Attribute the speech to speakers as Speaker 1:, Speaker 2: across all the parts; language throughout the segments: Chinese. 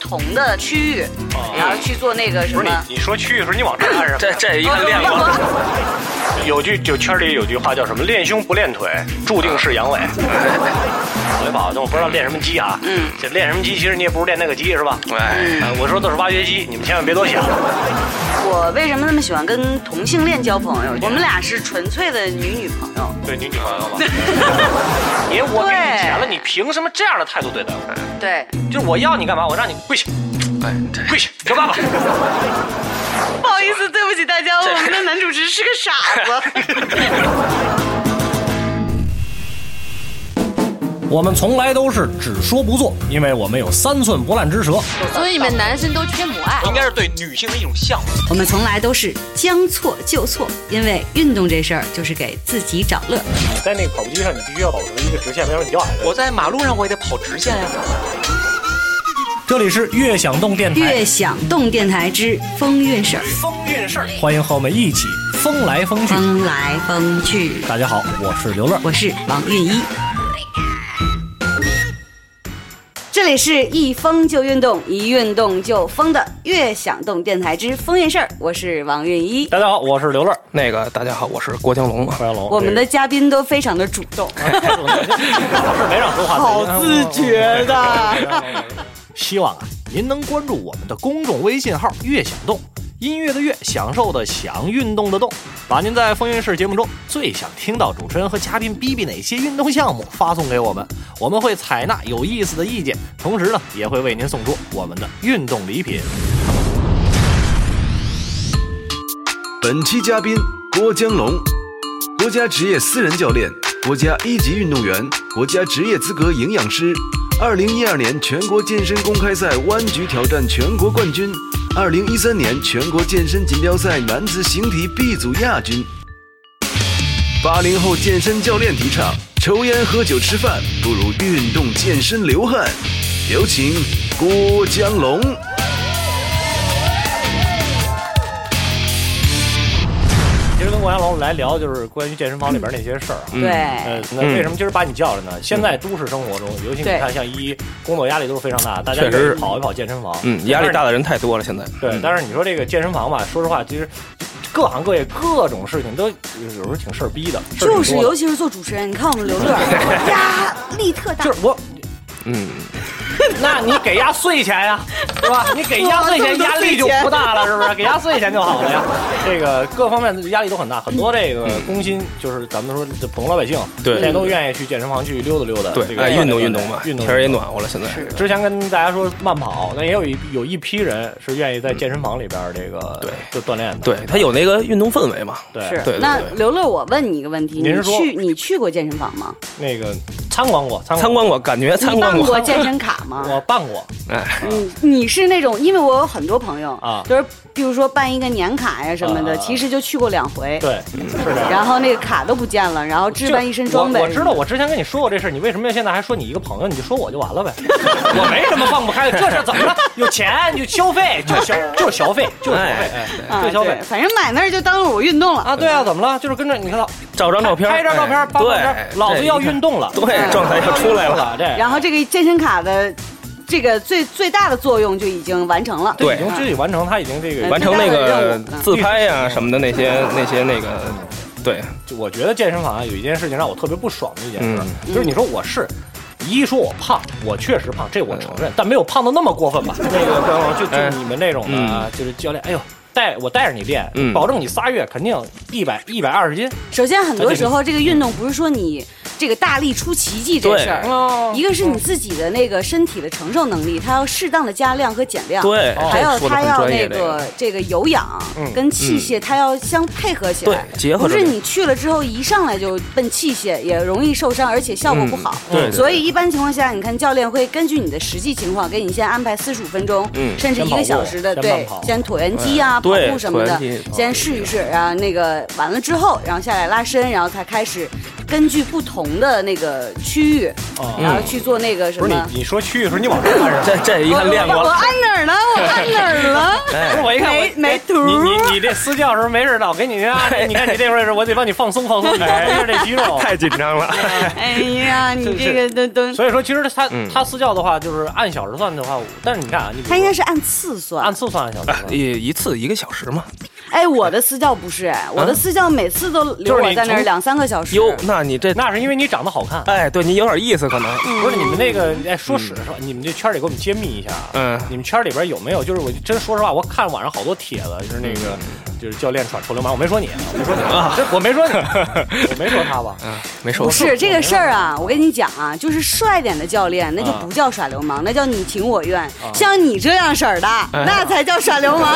Speaker 1: 同的区域，然后去做那个什
Speaker 2: 不是
Speaker 1: 么。
Speaker 2: 你，你说区域时候你往这看什么
Speaker 3: 这
Speaker 2: 呀？
Speaker 3: 这一看练
Speaker 1: 哦有有
Speaker 3: 过
Speaker 1: 有
Speaker 2: 有句就圈里有句话叫什么？练胸不练腿，注定是阳痿。 我也不好弄，我不知道练什么肌啊。
Speaker 1: 嗯，
Speaker 2: 这练什么肌，其实你也不如练那个肌是吧？
Speaker 3: 哎，
Speaker 2: 呃我说的是挖掘机，你们千万别多想。
Speaker 1: 我为什么那么喜欢跟同性恋交朋友？我们俩是纯粹的女女朋友。
Speaker 2: 对你女朋友吧，你我给你钱了，
Speaker 1: 对
Speaker 2: 你凭什么这样的态度对待我？
Speaker 1: 对，
Speaker 2: 就是我要你干嘛，我让你跪下，
Speaker 3: 哎，这
Speaker 2: 跪下，叫爸爸。
Speaker 1: 不好意思，对不起大家，我们的男主持是个傻子。
Speaker 4: 我们从来都是只说不做，因为我们有三寸不烂之舌。
Speaker 5: 所以你们男生都缺母爱。
Speaker 3: 应该是对女性的一种向往。
Speaker 6: 我们从来都是将错就错，因为运动这事儿就是给自己找乐。
Speaker 2: 在那个跑步机上，你必须要保持一个直线，不然你掉下来。
Speaker 3: 我在马路上我也得跑直线呀、
Speaker 4: 这里是悦享动电台，
Speaker 6: 悦享动电台之风韵事儿，
Speaker 2: 风韵事儿，
Speaker 4: 欢迎和我们一起风来风
Speaker 1: 嗯
Speaker 4: 去。
Speaker 6: 风来风去。
Speaker 4: 大家好，我是刘乐。
Speaker 6: 我是王韵一。
Speaker 1: 这里是一疯就运动，一运动就疯的悦享动电台之疯运事儿，我是王韵一。
Speaker 4: 大家好，我是刘乐。
Speaker 3: 那个大家好，我是郭江龙。啊
Speaker 4: 何小龙，
Speaker 1: 我们的嘉宾都非常的主动，
Speaker 4: 哎老师没让说话，
Speaker 1: 好自觉的。
Speaker 4: 希望啊，您能关注我们的公众微信号“悦享动”，音乐的悦，享受的享，运动的动，把您在风云室节目中最想听到主持人和嘉宾比比哪些运动项目发送给我们，我们会采纳有意思的意见，同时呢，也会为您送出我们的运动礼品。
Speaker 7: 本期嘉宾郭江龙，国家职业私人教练，国家一级运动员，国家职业资格营养师。二零一二年全国健身公开赛弯举挑战全国冠军，二零一三年全国健身锦标赛男子形体 B 组亚军。八零后健身教练提倡，抽烟喝酒吃饭不如运动健身流汗。有请郭江龙。
Speaker 4: 今儿跟郭阳龙来聊，就是关于健身房里边那些事儿啊。
Speaker 3: 嗯
Speaker 1: 对
Speaker 4: 呃，
Speaker 3: 哎
Speaker 4: 那为什么今儿把你叫来呢？现在都市生活中，尤其你
Speaker 1: 对
Speaker 4: 看，像一工作压力都是非常大，大家
Speaker 3: 确实
Speaker 4: 愿意
Speaker 3: 是
Speaker 4: 跑一跑健身房，
Speaker 3: 嗯，压力大的人太多了，现在。
Speaker 4: 对，
Speaker 3: 嗯
Speaker 4: 但是你说这个健身房吧，说实话，其实各行各业各种事情都有时候挺事儿逼的，事儿挺
Speaker 1: 就是
Speaker 4: 多的
Speaker 1: 尤其是做主持人，你看我们刘乐 压力特大
Speaker 4: 就。是我，
Speaker 3: 嗯，
Speaker 4: 那你给压碎钱呀，是吧？你给压碎钱，压力就不大了，是不是？给压碎钱就好了呀。这个各方面的压力都很大，很多这个工薪就是咱们说这普通老百姓，
Speaker 3: 对
Speaker 4: 现在都愿意去健身房去溜达溜达，这
Speaker 3: 对，
Speaker 4: 个
Speaker 3: 哎，运动
Speaker 4: 对
Speaker 3: 运动嘛，
Speaker 4: 运动
Speaker 3: 天儿也暖和了，现在。
Speaker 4: 之前跟大家说慢跑，那也有一有一批人是愿意在健身房里边儿这个
Speaker 3: 对
Speaker 4: 就锻炼的，
Speaker 3: 对，它有那个运动氛围嘛。
Speaker 4: 对
Speaker 1: 是
Speaker 3: 对对
Speaker 1: 那
Speaker 3: 对
Speaker 1: 刘乐，我问你一个问题，
Speaker 4: 您
Speaker 1: 你
Speaker 4: 是说
Speaker 1: 去你去过健身房吗？
Speaker 4: 那个参观过，参
Speaker 3: 参观过，感觉参
Speaker 1: 你
Speaker 3: 观
Speaker 1: 办
Speaker 3: 过
Speaker 1: 过。健身卡吗？
Speaker 4: 我办过，
Speaker 3: 哎，
Speaker 1: 你你是那种，因为我有很多朋友
Speaker 4: 啊
Speaker 1: 就是比如说办一个年卡呀什么
Speaker 4: 啊
Speaker 1: 的，其实就去过两回，
Speaker 4: 对，是这样。
Speaker 1: 然后那个卡都不见了，然后置办一身装备。
Speaker 4: 我我知道，我之前跟你说过这事，你为什么现在还说你一个朋友？你就说我就完了呗。 我没什么放不开的，这事儿怎么了？有钱你就消费，就消就是消费，就是消费，哎，
Speaker 1: 啊
Speaker 4: 就消费
Speaker 1: 对，反正买那儿就当我运动了。
Speaker 4: 啊！对啊，怎么了？就是跟着你看到
Speaker 3: 照张照片，
Speaker 4: 拍张照片，
Speaker 3: 哎
Speaker 4: 发照片，
Speaker 3: 对，
Speaker 4: 老
Speaker 3: 这
Speaker 4: 子
Speaker 3: 一
Speaker 4: 要嗯
Speaker 3: 看
Speaker 4: 运动了，
Speaker 3: 对，状态要出 来了。
Speaker 4: 这
Speaker 1: 然后这个健身卡的这个最最大的作用就已经完成了。
Speaker 4: 已经自己完成，他已经这个
Speaker 1: 嗯
Speaker 3: 完成那个呃自拍呀、
Speaker 4: 嗯
Speaker 3: 什么的那些那些那个，对，
Speaker 4: 就我觉得健身房啊有一件事情让我特别不爽的一件事儿，
Speaker 1: 嗯
Speaker 4: 就是你说我是。一说我胖，我确实胖，这我承认，但没有胖的那么过分 吧？那个关王就
Speaker 3: 嗯哎
Speaker 4: 就你们那种的啊，就是教练，哎呦，带我带着你练，
Speaker 3: 嗯
Speaker 4: 保证你仨月肯定一百一百二十斤。
Speaker 1: 首先，很多时候这个运动不是说你这个大力出奇迹这事儿，一个是你自己的那个身体的承受能力，它要适当的加量和减量。。
Speaker 3: 对，
Speaker 4: 哦
Speaker 1: 还有
Speaker 3: 这哦说的
Speaker 1: 它
Speaker 3: 很
Speaker 1: 要
Speaker 3: 专业
Speaker 1: 那
Speaker 3: 这个，嗯
Speaker 1: 个这个有氧跟器械，它要相配合起来。
Speaker 3: 对结合
Speaker 1: 不
Speaker 3: 着
Speaker 1: 是
Speaker 3: 练
Speaker 1: 你去了之后一上来就奔器械，也容易受伤，而且效果不好。
Speaker 3: 嗯对对
Speaker 1: 所以一般情况下，你看教练会根据你的实际情况，给你先安排四十五分钟，
Speaker 3: 嗯
Speaker 1: 甚至一个小时的，
Speaker 4: 先跑步
Speaker 1: 对
Speaker 4: 先慢跑，
Speaker 1: 先椭圆机啊、跑
Speaker 3: 对
Speaker 1: 步什么的
Speaker 3: 椭圆机跑，步
Speaker 1: 先试一试啊。那个完了之后，然后下来拉伸，然后才开始。根据不同的那个区域，
Speaker 3: 哦
Speaker 1: 然后去做那个什
Speaker 4: 不是
Speaker 1: 么。
Speaker 4: 你，你说区域的时候，你往这看什么？
Speaker 3: 这这一看练过
Speaker 1: 我
Speaker 3: 了，
Speaker 1: 按哪儿了？我按哪儿了？
Speaker 4: 不是我一看我哎
Speaker 1: 没没图
Speaker 4: 你你你这私教时候没事老给你 啊，你看你这会儿是我得帮你放松放松你这这肌肉。
Speaker 3: 哎太紧张了。
Speaker 1: 哎呀，你这个都都，
Speaker 4: 所以说，其实他
Speaker 3: 嗯
Speaker 4: 他私教的话，就是按小时算的话，我但是你看啊，你比如
Speaker 1: 他应该是按次算
Speaker 4: 按。次算按小时 算。
Speaker 3: 一一次一个小时嘛，
Speaker 1: 哎，我的私教不是，哎，我的私教每次都留
Speaker 4: 嗯就是
Speaker 1: 我
Speaker 4: 你
Speaker 1: 在那儿
Speaker 4: 从
Speaker 1: 两三个小时。
Speaker 3: 哟，那你这
Speaker 4: 那是因为你长得好看。
Speaker 3: 哎，对你有点意思可能。
Speaker 4: 不是你们那个，哎，说实话，你们这圈里给我们揭秘一下啊。
Speaker 3: 嗯
Speaker 4: 你们圈里边有没有？就是我真说实话，我看网上好多帖子，就是那个，
Speaker 3: 嗯
Speaker 4: 就是教练耍臭流氓。我没说你，我没说你啊，这我没 说你，我没说他吧？
Speaker 3: 嗯，没说
Speaker 1: 不
Speaker 3: 过
Speaker 1: 是这个事儿啊，
Speaker 4: 嗯
Speaker 1: 我跟你讲啊，就是帅点的教练，那就不叫耍流氓，那叫你情我愿。
Speaker 4: 嗯
Speaker 1: 像你这样式儿的，
Speaker 4: 哎
Speaker 1: 那才叫耍流氓。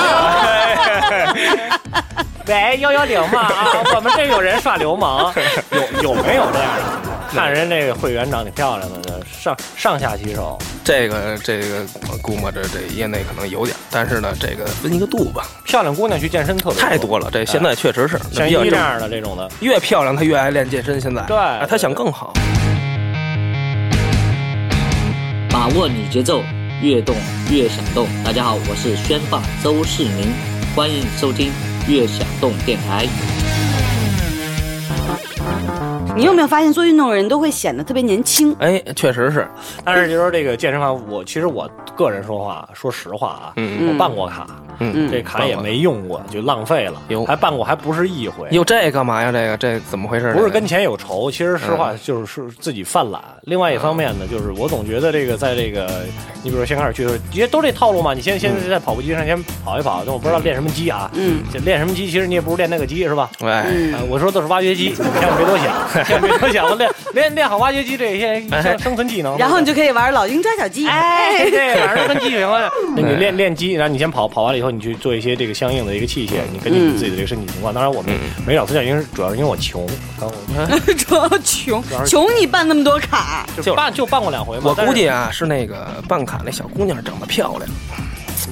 Speaker 4: 喂，幺幺零嘛啊，我们这有人耍流 氓，有有没有这样的？看人那个会员长挺漂亮的，就上上下其手，
Speaker 3: 这个这个，我估摸着这业内可能有点儿，但是呢，这个分一个度吧，
Speaker 4: 漂亮姑娘去健身特别
Speaker 3: 太多了。这现在确实是
Speaker 4: 像嗯
Speaker 3: 比
Speaker 4: 哎一
Speaker 3: 较
Speaker 4: 这
Speaker 3: 正
Speaker 4: 样的这种的，
Speaker 3: 越漂亮她越爱练健身，现在
Speaker 4: 对
Speaker 3: 哎她想
Speaker 4: 对对
Speaker 3: 更好。
Speaker 8: 把握你节奏，越动越想动。大家好，我是宣放周世明，欢迎收听《越想动电台》。
Speaker 1: 你有没有发现做运动的人都会显得特别年轻？
Speaker 3: 哎，确实是，
Speaker 4: 但是就说这个健身房，我其实我个人说话，说实话啊，
Speaker 3: 嗯
Speaker 4: 我办过卡，
Speaker 3: 嗯，
Speaker 4: 这卡也没用过，就浪费了
Speaker 3: 有，
Speaker 4: 还办过还不是一回。
Speaker 3: 哟，这干嘛呀？这个这怎么回事？
Speaker 4: 哎不是
Speaker 3: 这个
Speaker 4: 跟钱有仇，其实实话就是是自己犯懒。另外一方面呢，就是我总觉得这个在这个，你比如说先开始去的时候，也都这套路嘛。你先先在跑步机上先跑一跑，但我不知道练什么肌啊。
Speaker 1: 嗯，
Speaker 4: 练什么肌，其实你也不如练那个肌是吧？
Speaker 3: 哎，
Speaker 4: 呃我说的是挖掘机，千万别多想，千万别多想。我练练练好挖掘机这些生生存技能，
Speaker 1: 然后你就可以玩老鹰抓小鸡。
Speaker 4: 哎， 对，晚上跟机就行了。 那你练练肌，然后你先跑，跑完了以后，你去做一些这个相应的一个器械，你根据你自己的这个身体情况。当然，我们没找私教，因为主要是因为我穷，刚我
Speaker 1: 主要穷，穷你办那么多卡，
Speaker 4: 就办就办过两回嘛。
Speaker 3: 我
Speaker 4: 但
Speaker 3: 估
Speaker 4: 是
Speaker 3: 计啊，是那个办卡那小姑娘长得漂亮。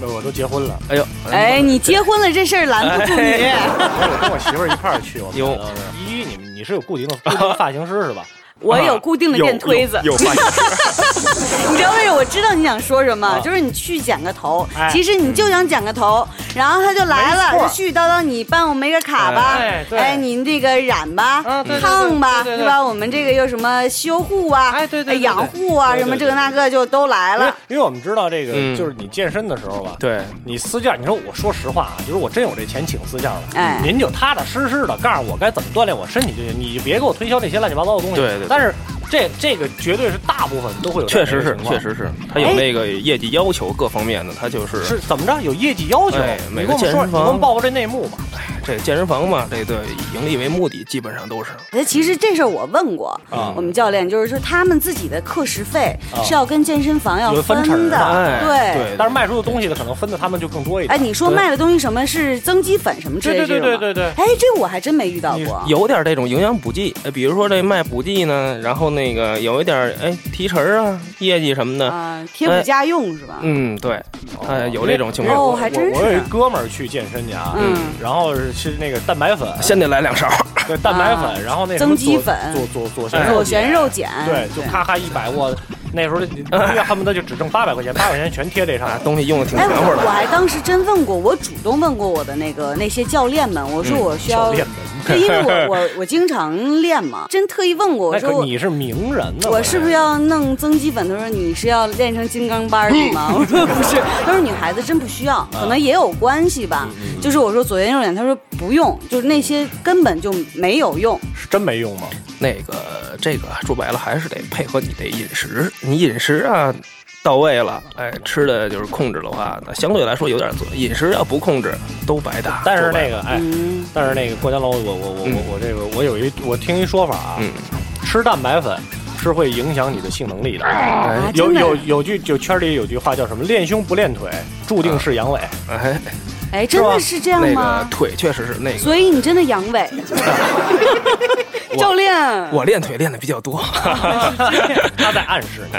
Speaker 4: 我都结婚 了，
Speaker 3: 哎呦，
Speaker 1: 哎，你结婚了这事儿拦不住你。
Speaker 4: 哎我跟我媳妇儿一块儿去。我们
Speaker 3: 哟
Speaker 4: 当时一你们你是有固定的固定的发型师是吧？
Speaker 1: 我
Speaker 4: 啊
Speaker 1: 有固定的电推子，
Speaker 3: 有发型
Speaker 1: 你知道为什么？我知道你想说什么，就是你去剪个头，
Speaker 4: 啊哎
Speaker 1: 其实你就想剪个头，然后他就来
Speaker 4: 没
Speaker 1: 了，
Speaker 4: 错
Speaker 1: 就絮絮叨叨，你帮我们一个卡吧
Speaker 4: 哎，对
Speaker 1: 哎，你这个染吧
Speaker 4: 啊对对，对
Speaker 1: 烫吧，
Speaker 4: 对对
Speaker 1: 是
Speaker 4: 对
Speaker 1: 吧？我们这个又什么修护啊，
Speaker 4: 哎对对对对
Speaker 1: 养护啊，
Speaker 4: 对对对哎
Speaker 1: 什么这个那个就都来
Speaker 4: 因为
Speaker 1: 了。
Speaker 4: 因为我们知道这个
Speaker 3: 嗯
Speaker 4: 就是你健身的时候吧，
Speaker 3: 对，
Speaker 4: 你私教，你说我说实话啊，就是我真有这钱请私教了，
Speaker 1: 哎
Speaker 4: 您就踏踏实实的告诉我该怎么锻炼我身体就行，你别给我推销那些乱七八糟的东西。
Speaker 3: 对对对
Speaker 4: 但是这这个绝对是大部分都会有这
Speaker 3: 确
Speaker 4: 样的
Speaker 3: 实是
Speaker 4: 情，况，
Speaker 3: 确实是，她
Speaker 1: 哎
Speaker 3: 有那个业绩要求各方面的，她就是
Speaker 4: 是怎么着有业绩要求，
Speaker 3: 哎
Speaker 4: 你
Speaker 3: 每
Speaker 4: 给
Speaker 3: 个
Speaker 4: 我们
Speaker 3: 健
Speaker 4: 说，
Speaker 3: 身
Speaker 4: 你给
Speaker 3: 房
Speaker 4: 我们报报这内幕吧。
Speaker 3: 这健身房嘛，这对以盈利为目的，基本上都是。
Speaker 1: 哎，其实这事儿我问过
Speaker 4: 啊
Speaker 1: 我们教练，就是说他们自己的课时费
Speaker 4: 啊
Speaker 1: 是要跟健身房要
Speaker 4: 有分成的
Speaker 1: 的
Speaker 3: 哎，，
Speaker 1: 对。
Speaker 3: 对，
Speaker 4: 但是卖出的东西的可能分的他们就更多一
Speaker 1: 哎，
Speaker 4: 点。
Speaker 1: 你说卖的东西什么是增肌粉什么之类的
Speaker 4: 对对
Speaker 1: 这种吗？
Speaker 4: 对对对
Speaker 1: 哎，这我还真没遇到过。
Speaker 3: 有点这种营养补剂，呃比如说这卖补剂呢，然后那个有一点哎提成啊、业绩什么的，
Speaker 1: 啊，贴
Speaker 4: 哎
Speaker 1: 补家用是吧？
Speaker 3: 嗯，对，哎，有这种情
Speaker 4: 因为
Speaker 3: 况，
Speaker 1: 哦
Speaker 4: 我
Speaker 1: 还真
Speaker 4: 我我有一
Speaker 1: 是
Speaker 4: 哥们儿去健身去啊，
Speaker 1: 嗯
Speaker 4: 然后是吃那个蛋白粉，
Speaker 3: 先得来两勺，
Speaker 4: 对蛋白粉，
Speaker 1: 啊
Speaker 4: 然后那什
Speaker 1: 增
Speaker 4: 么
Speaker 1: 肌
Speaker 4: 左
Speaker 1: 粉
Speaker 4: 左左左
Speaker 3: 哎
Speaker 4: 旋
Speaker 1: 左旋肉碱，
Speaker 4: 对，就咔咔一百我那时候一月恨不得就只挣八百块钱，八百块钱全贴这上
Speaker 3: 啊，。东西用的挺
Speaker 1: 哎，
Speaker 3: 全乎
Speaker 1: 我我
Speaker 3: 的。
Speaker 1: 还当时真问过，我主动问过我的那个那些教练们，我说我需要，
Speaker 4: 嗯教练们，
Speaker 1: 对，因为 我我我经常练嘛，真特意问过，我
Speaker 4: 那
Speaker 1: 说
Speaker 4: 可
Speaker 1: 我
Speaker 4: 你是名人呢，
Speaker 1: 我是不是要弄增肌粉？他说你是要练成金刚芭比吗？我说不是，他说女孩子真不需要，可能也有关系吧。
Speaker 4: 嗯
Speaker 1: 就是我说左旋肉碱，他说不用，就是那些根本就没有用。
Speaker 4: 是真没用吗？
Speaker 3: 那个这个说白了还是得配合你的饮食，你饮食啊到位了，哎，吃的就是控制的话，那相对来说有点作。饮食要不控制都白搭。
Speaker 4: 但是
Speaker 3: 说白
Speaker 4: 那
Speaker 3: 了
Speaker 4: 个哎，
Speaker 1: 嗯
Speaker 4: 但是那个郭江龙，我我我
Speaker 3: 嗯
Speaker 4: 我我这个我有一我听一说法啊
Speaker 3: 嗯，
Speaker 4: 吃蛋白粉。是会影响你的性能力的，
Speaker 1: 啊
Speaker 4: 哎有
Speaker 1: 真的
Speaker 4: 有有句就圈里有句话叫什么“练胸不练腿，注定是阳痿
Speaker 3: 哎，
Speaker 1: 哎，真的
Speaker 4: 吧
Speaker 1: 是这样
Speaker 3: 那
Speaker 1: 吗
Speaker 3: 个？腿确实是那个，
Speaker 1: 所以你真的阳痿，教练。
Speaker 3: 我练腿练的比较多。”，
Speaker 4: 他在暗示你。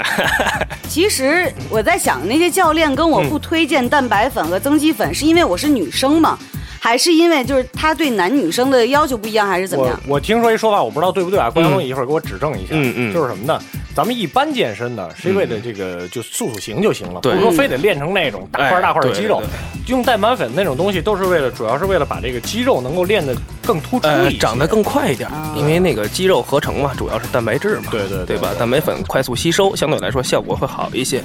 Speaker 1: 其实
Speaker 3: 嗯
Speaker 1: 我在想，那些教练跟我不推荐蛋白粉和增肌粉，是因为我是女生嘛。还是因为就是他对男女生的要求不一样，还是怎么
Speaker 4: 我
Speaker 1: 样？嗯
Speaker 4: 我听说一说法，我不知道对不对啊？关阳一会儿给我指正一下。
Speaker 3: 嗯嗯
Speaker 4: 就是什么呢？咱们一般健身呢，是为了这个就塑塑形就行了，
Speaker 3: 对
Speaker 4: 不说非得练成那种大块
Speaker 3: 哎
Speaker 4: 大块的
Speaker 3: 对
Speaker 4: 肌肉
Speaker 3: 对。
Speaker 4: 用代满粉那种东西，都是为了主要是为了把这个肌肉能够练得更突出
Speaker 3: 呃
Speaker 4: 一，些，
Speaker 3: 长得更快一点，因为那个肌肉合成嘛，主要是蛋白质嘛，
Speaker 4: 对对对
Speaker 3: 对吧？蛋白粉快速吸收，相对来说效果会好一些。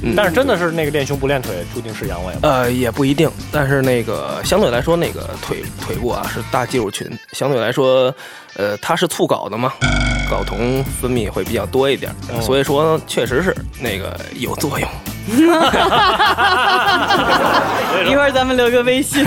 Speaker 3: 嗯
Speaker 4: 但是真的是那个练胸不练腿，注定是阳 痿了。
Speaker 3: 呃，也不一定，但是那个相对来说，那个腿腿部啊是大肌肉群，相对来说，呃，它是促睾的嘛，睾酮分泌会比较多一点，
Speaker 4: 哦
Speaker 3: 所以说确实是那个有作用。
Speaker 9: 一会儿咱们留个微信。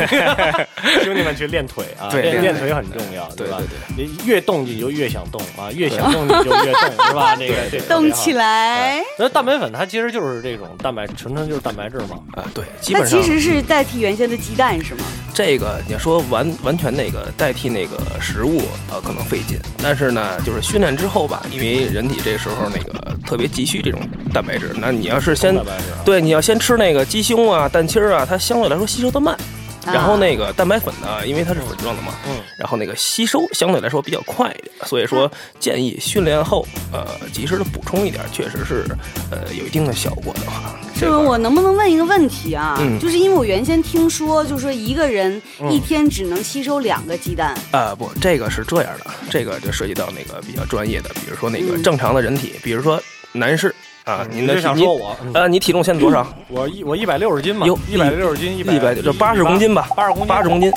Speaker 4: 兄弟们去 练腿啊，
Speaker 3: 对
Speaker 4: 练
Speaker 3: 练
Speaker 4: 练腿很重要，
Speaker 3: 对
Speaker 4: 吧
Speaker 3: 对？
Speaker 4: 你越动你就越想动啊，越想动你就越动，是 吧？这个这个特别好
Speaker 1: 动起。来
Speaker 4: 哎，那蛋白粉它其实就是这种蛋白，纯纯就是蛋白质嘛。
Speaker 3: 啊、对，基
Speaker 1: 它
Speaker 3: 本上
Speaker 1: 其实是代替原先的鸡蛋是吗？
Speaker 3: 这个你说完完全那个代替那个食物，呃，可能费劲。但是呢，就是训练之后吧，因为人体这时候那个特别急需这种蛋白质。那你要是先
Speaker 4: 蛋白质啊
Speaker 3: 对，你要先吃那个鸡胸啊、蛋清儿啊，它相对来说吸收的慢。然后
Speaker 1: 啊
Speaker 3: 那个蛋白粉呢，因为它是粉状的嘛，
Speaker 4: 嗯，
Speaker 3: 然后那个吸收相对来说比较快一点，所以说建议训练后，呃，及时的补充一点，确实是，呃，有一定的效果的话，
Speaker 1: 就是我能不能问一个问题啊？
Speaker 3: 嗯
Speaker 1: 就是因为我原先听说，就是说一个人一天只能吸收两个鸡蛋，
Speaker 3: 啊，不，这个是这样的，这个就涉及到那个比较专业的，比如说那个正常的人体，比如说男士啊，您的
Speaker 4: 嗯就
Speaker 3: 体
Speaker 4: 想
Speaker 3: 您
Speaker 4: 说我嗯
Speaker 3: 呃，你体重现在多少？
Speaker 4: 我一我一百六十斤嘛
Speaker 3: 哟，
Speaker 4: 一百六十斤，
Speaker 3: 一
Speaker 4: 一百
Speaker 3: 百就八十公斤吧，
Speaker 4: 八十公斤，
Speaker 3: 八十公斤。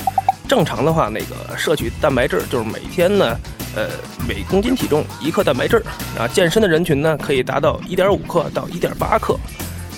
Speaker 3: 正常的话，那个摄取蛋白质就是每天呢，呃，每公斤体重一克蛋白质啊。健身的人群呢，可以达到一点五克到一点八克。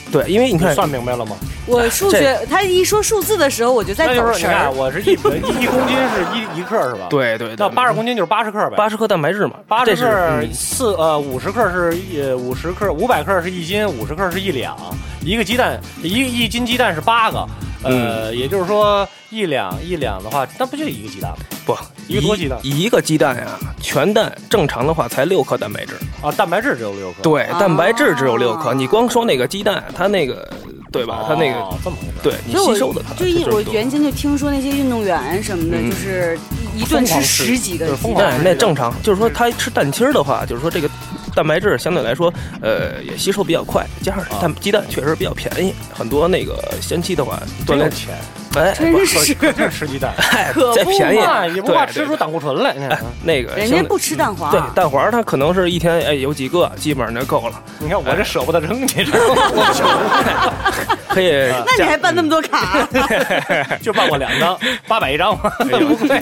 Speaker 3: 对，因为你看
Speaker 4: 你，算明白了吗？
Speaker 1: 我数学他一说数字的时候，我就
Speaker 4: 那
Speaker 1: 在
Speaker 4: 就
Speaker 1: 走
Speaker 4: 是你
Speaker 1: 神
Speaker 3: 啊
Speaker 1: 儿
Speaker 4: 看，。我是一一一公斤是一一克是吧？。
Speaker 3: 对对
Speaker 4: 那
Speaker 3: 对，
Speaker 4: 八十公斤就是八十克呗。
Speaker 3: 八十克蛋白质嘛，
Speaker 4: 八
Speaker 3: 这
Speaker 4: 十
Speaker 3: 是
Speaker 4: 克
Speaker 3: 嗯
Speaker 4: 四呃五十克是一呃五十克五百克是一斤，五十克是一两，一个鸡蛋一一斤鸡蛋是八个，呃，
Speaker 3: 嗯
Speaker 4: 也就是说一两一两的话，那不就一个鸡蛋吗？
Speaker 3: 不
Speaker 4: 一个多鸡蛋
Speaker 3: 一个鸡蛋呀，全蛋正常的话才六克蛋白质。
Speaker 4: 啊，蛋白质只有六克，
Speaker 3: 对，蛋白质只有六
Speaker 1: 啊
Speaker 3: 克，你光说那个鸡蛋，它那个对吧？它那
Speaker 4: 哦
Speaker 3: 个
Speaker 4: 这么回事，
Speaker 3: 对你
Speaker 1: 所以
Speaker 3: 吸
Speaker 1: 我
Speaker 3: 收的它
Speaker 1: 就
Speaker 3: 它
Speaker 1: 一
Speaker 3: 是
Speaker 1: 我
Speaker 3: 多
Speaker 1: 原先就听说那些运动员什么的，
Speaker 3: 嗯
Speaker 1: 就是一一顿
Speaker 4: 疯狂
Speaker 1: 吃
Speaker 4: 吃
Speaker 1: 十几个
Speaker 4: 对
Speaker 1: 鸡
Speaker 4: 疯
Speaker 1: 蛋
Speaker 4: 狂
Speaker 3: 那，那正常，就是说他吃蛋清儿的话，就是说这个蛋白质相对来说，呃，也吸收比较快，加上蛋鸡蛋确实比较便宜，很多那个先期的话锻
Speaker 4: 真有
Speaker 3: 炼，
Speaker 4: 钱，
Speaker 3: 哎，
Speaker 1: 真是
Speaker 4: 就是吃鸡蛋，
Speaker 3: 再便宜
Speaker 4: 那，呃也不怕
Speaker 3: 对
Speaker 4: 吃出胆固醇来。嗯你
Speaker 10: 哎
Speaker 4: 看
Speaker 3: 那个
Speaker 1: 人
Speaker 3: 相
Speaker 1: 家
Speaker 3: 对
Speaker 1: 不啊吃蛋黄，
Speaker 3: 对蛋黄，它可能是一天哎有几个，基本上就够了，
Speaker 4: 你看我这舍不得扔，你知 道吗？
Speaker 3: 可以
Speaker 1: 那你
Speaker 3: 加
Speaker 1: 还办那么多卡？啊
Speaker 4: 我就就办过两张，八百一张嘛，
Speaker 10: 哎
Speaker 4: 不贵。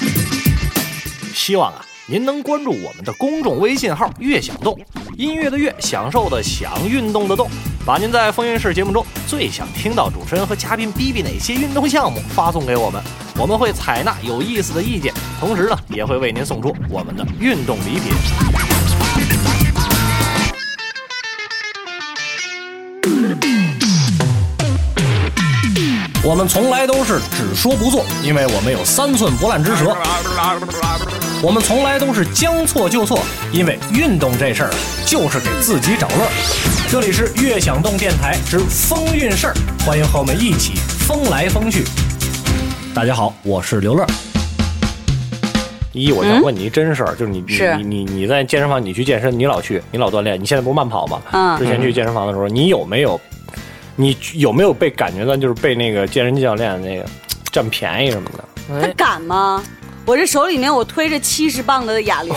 Speaker 10: 希望啊，您能关注我们的公众微信号“悦享动”，音乐的乐，享受的享，运动的动，把您在风云室节目中最想听到主持人和嘉宾逼逼哪些运动项目发送给我们，我们会采纳有意思的意见，同时呢，也会为您送出我们的运动礼品。
Speaker 4: 我们从来都是只说不做，因为我们有三寸不烂之舌。我们从来都是将错就错，因为运动这事儿就是给自己找乐儿。这里是悦享动电台之风韵事儿，欢迎和我们一起风来风去。大家好，我是刘乐。一，我想问你一真事儿，就是你
Speaker 1: 是
Speaker 4: 你你你在健身房，你去健身，你老去，你老锻炼，你现在不是慢跑吗？
Speaker 1: 嗯
Speaker 4: 之前去健身房的时候，你有没有你有没有被感觉到就是被那个健身教练那个占便宜什么的？
Speaker 1: 他敢吗？我这手里面我推着七十磅的哑铃，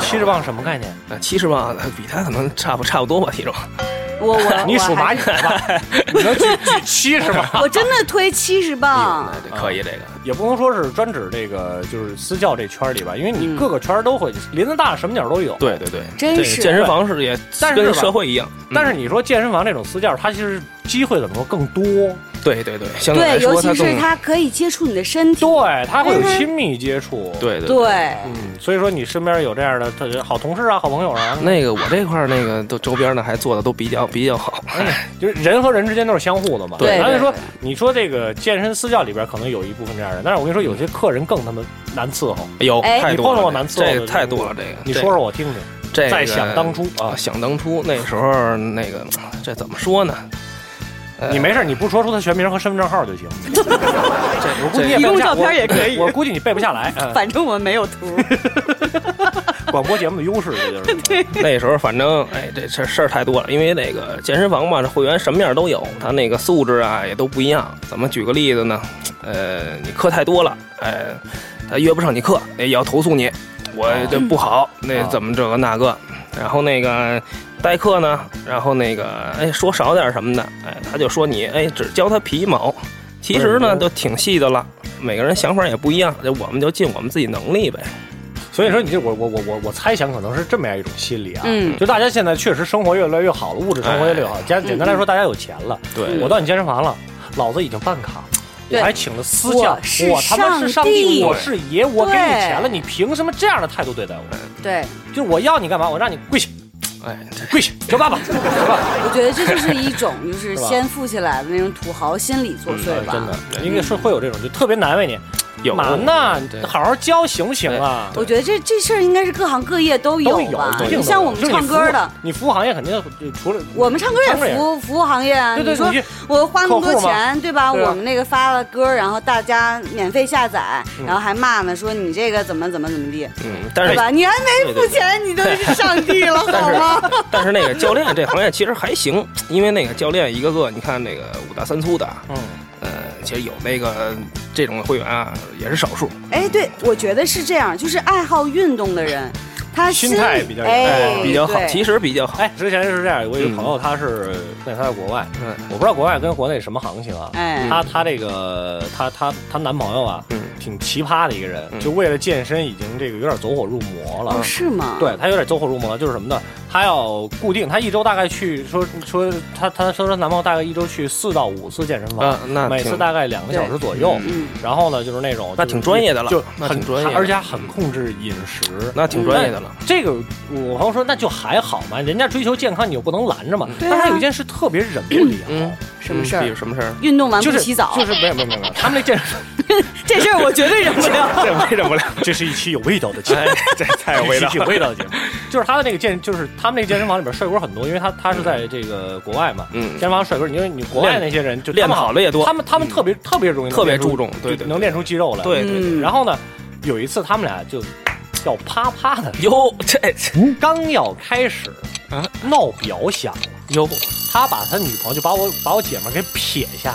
Speaker 4: 七十磅什么 概念？
Speaker 3: 呃七十磅，比他可能差不差不多吧体重。
Speaker 1: 我我
Speaker 4: 你数
Speaker 1: 我还
Speaker 4: 蚂蚁吧，你能举举七十磅？
Speaker 1: 我真的推七十磅
Speaker 3: 那。这可以这个。
Speaker 4: 也不能说是专指这个就是私教这圈儿里吧，因为
Speaker 1: 嗯
Speaker 4: 你各个圈儿都会，林子大什么鸟都有。
Speaker 3: 对对对，
Speaker 1: 真
Speaker 3: 这个
Speaker 1: 是
Speaker 3: 健身房是也
Speaker 4: 但是
Speaker 3: 跟
Speaker 4: 吧
Speaker 3: 社会一样，嗯
Speaker 4: 但是你说健身房这种私教，它其实机会怎么说更多？
Speaker 3: 对对对，相来
Speaker 1: 对，
Speaker 3: 说
Speaker 1: 尤
Speaker 3: 它
Speaker 1: 其是
Speaker 3: 更
Speaker 1: 它可以接触你的身体。
Speaker 4: 对，它
Speaker 1: 嗯
Speaker 4: 会有亲密接触。，
Speaker 3: 对对对
Speaker 1: 对，
Speaker 4: 嗯，所以说你身边有这样的特好同事啊、好朋友 啊，
Speaker 3: 那个我这块儿那个都周边呢还做的都比较比较好，
Speaker 4: 哎就是人和人之间都是相互的嘛。
Speaker 1: 对
Speaker 4: 咱就
Speaker 1: 对
Speaker 4: 说，你说这个健身私教里边可能有一部分这样的，但是我跟你说，有些客人更他妈难伺候。
Speaker 3: 有
Speaker 1: 哎
Speaker 3: 太
Speaker 4: 你
Speaker 3: 多
Speaker 4: 碰到过
Speaker 3: 了，
Speaker 4: 难伺候的
Speaker 3: 这
Speaker 4: 人
Speaker 3: 个太多
Speaker 4: 吗
Speaker 3: 了，这个
Speaker 4: 你说说我听听。
Speaker 3: 这个
Speaker 4: 再想当初啊
Speaker 3: 啊，想当初那时候那个这怎么说呢？
Speaker 4: 你没事，你不说出他全名和身份证号就行。这我估计你也
Speaker 11: 提
Speaker 4: 背不
Speaker 11: 供
Speaker 4: 下
Speaker 11: 照片也可以
Speaker 4: 我我估计你背不下来。嗯
Speaker 1: 反正我们没有图。
Speaker 4: 广播节目的优势这就是。
Speaker 3: 那时候反正哎，这这事儿太多了，因为那个健身房嘛，这会员什么样都有，他那个素质啊也都不一样。怎么举个例子呢？呃，你课太多了，哎，他约不上你课，也要投诉你，我这不好，那怎么这个那个，然后那个。代课呢，然后那个哎说少点什么的，哎他就说你哎只教他皮毛，其实呢都挺细的了，每个人想法也不一样，就我们就尽我们自己能力呗。
Speaker 4: 所以说，你这我我我我我猜想可能是这么样一种心理啊，
Speaker 1: 嗯哎
Speaker 4: 就大家现在确实生活越来越好了，物质生活越来越好，简简单来说，大家有钱了，
Speaker 3: 对
Speaker 4: 我到你健身房了，老子已经办卡了。
Speaker 1: 对
Speaker 4: 我还请了私教，
Speaker 1: 我是
Speaker 4: 我他妈是
Speaker 1: 上
Speaker 4: 上
Speaker 1: 帝
Speaker 4: 帝，我是爷，我给你
Speaker 1: 对
Speaker 4: 钱了，你凭什么这样的态度对待我？
Speaker 1: 对，
Speaker 4: 就我要你干嘛？我让你跪下，
Speaker 3: 哎，这
Speaker 4: 跪下，叫爸爸，叫爸爸，
Speaker 1: 我觉得这就是一种就是
Speaker 4: 是吧
Speaker 1: 先富起来的那种土豪心理作
Speaker 3: 嗯
Speaker 1: 祟嗯吧。
Speaker 4: 真的，应该是会有这种，就特别难为你，
Speaker 3: 有
Speaker 4: 干嘛呢
Speaker 3: 对？
Speaker 4: 好好教行不行啊？
Speaker 1: 我觉得这这事儿应该是各行各业都
Speaker 4: 都
Speaker 1: 有
Speaker 4: 有
Speaker 1: 吧，，
Speaker 4: 一定
Speaker 1: 你
Speaker 4: 都
Speaker 1: 像
Speaker 4: 有
Speaker 1: 我们
Speaker 4: 就是你
Speaker 1: 唱歌的
Speaker 4: 服务，你服务行业肯定要除了
Speaker 1: 我们唱歌也
Speaker 4: 唱歌也
Speaker 1: 服务服务行业啊。
Speaker 4: 对对
Speaker 1: 你说
Speaker 4: 你去
Speaker 1: 我花那么多
Speaker 4: 客户嘛
Speaker 1: 钱，对吧？
Speaker 4: 对啊
Speaker 1: 我们那个发了歌，然后大家免费下载，
Speaker 4: 嗯
Speaker 1: 然后还骂呢，说你这个怎么怎么怎么地，
Speaker 3: 嗯，但
Speaker 1: 对
Speaker 3: 是
Speaker 1: 吧？你还没
Speaker 3: 对
Speaker 1: 付
Speaker 3: 对
Speaker 1: 钱，你都是上帝 了，好吗？
Speaker 3: 但是那个教练这行业其实还行，因为那个教练一个个，你看那个五大三粗的，
Speaker 4: 嗯，
Speaker 3: 呃，其实有那个这种会员啊，也是少数。
Speaker 1: 哎，对，我觉得是这样，就是爱好运动的人，他
Speaker 4: 心
Speaker 1: 里
Speaker 4: 态比较
Speaker 1: 哎
Speaker 4: 哎
Speaker 3: 比较好，其
Speaker 1: 实
Speaker 3: 实比较好。
Speaker 4: 哎，之前是这样，我有一个朋友，他是那他在国外，
Speaker 3: 嗯
Speaker 4: 我不知道国外跟国内什么行情啊。
Speaker 1: 哎，
Speaker 4: 她她这个她她她男朋友啊，
Speaker 3: 嗯
Speaker 4: 挺奇葩的一个人，
Speaker 3: 嗯
Speaker 4: 就为了健身已经这个有点走火入魔了
Speaker 1: 哦，。是吗？
Speaker 4: 对她有点走火入魔了，就是什么呢？她要固定，她一周大概去说说她她说她男朋友大概一周去四到五次健身
Speaker 3: 啊
Speaker 4: 房，，
Speaker 3: 那
Speaker 4: 每
Speaker 3: 挺
Speaker 4: 次大概两个小时左右。
Speaker 1: 嗯，
Speaker 4: 然后呢，就是那种
Speaker 3: 那
Speaker 4: 就是
Speaker 3: 挺专业的了
Speaker 4: 就
Speaker 3: 那
Speaker 4: 很
Speaker 3: 挺专业的
Speaker 4: 而且很控制饮食。
Speaker 3: 那挺专业的了。
Speaker 4: 这个我朋友说那就还好嘛，人家追求健康，你又不能拦着嘛。
Speaker 1: 对啊
Speaker 4: 但是他有一件事特别忍不了，
Speaker 3: 嗯，
Speaker 1: 什么
Speaker 3: 嗯
Speaker 1: 事儿
Speaker 3: 比如什么 事儿？
Speaker 1: 运动完
Speaker 4: 就
Speaker 1: 不嗯
Speaker 4: 是
Speaker 1: 洗澡，
Speaker 4: 就是没有没有没有没有，他们那健身，
Speaker 1: 这事儿我绝对忍不了。
Speaker 3: 这为什么了？
Speaker 4: 这是一期有味道的 节目，
Speaker 3: 哎这太有味
Speaker 4: 这是一期
Speaker 3: 道
Speaker 4: 有哎味道的节目， 就是他的那个健，就是他们那个健身房里边帅哥很多，因为他他是在这个国外嘛，
Speaker 3: 嗯
Speaker 4: 健，身房帅哥，因为你国外那些人就
Speaker 3: 练
Speaker 4: 他们
Speaker 3: 好的也多
Speaker 4: 他。们他们特别特别容易能
Speaker 3: 特别
Speaker 4: 练出
Speaker 3: 注重对
Speaker 4: 就
Speaker 3: 对
Speaker 4: 能练出肌肉来，
Speaker 3: 对对对，
Speaker 1: 嗯
Speaker 4: 然后呢，有一次他们俩就要啪啪的时候，
Speaker 3: 哟，这
Speaker 4: 刚要开始
Speaker 3: 啊
Speaker 4: 闹表响了，
Speaker 3: 哟
Speaker 4: 他把他女朋友就把我把我姐们儿给撇下，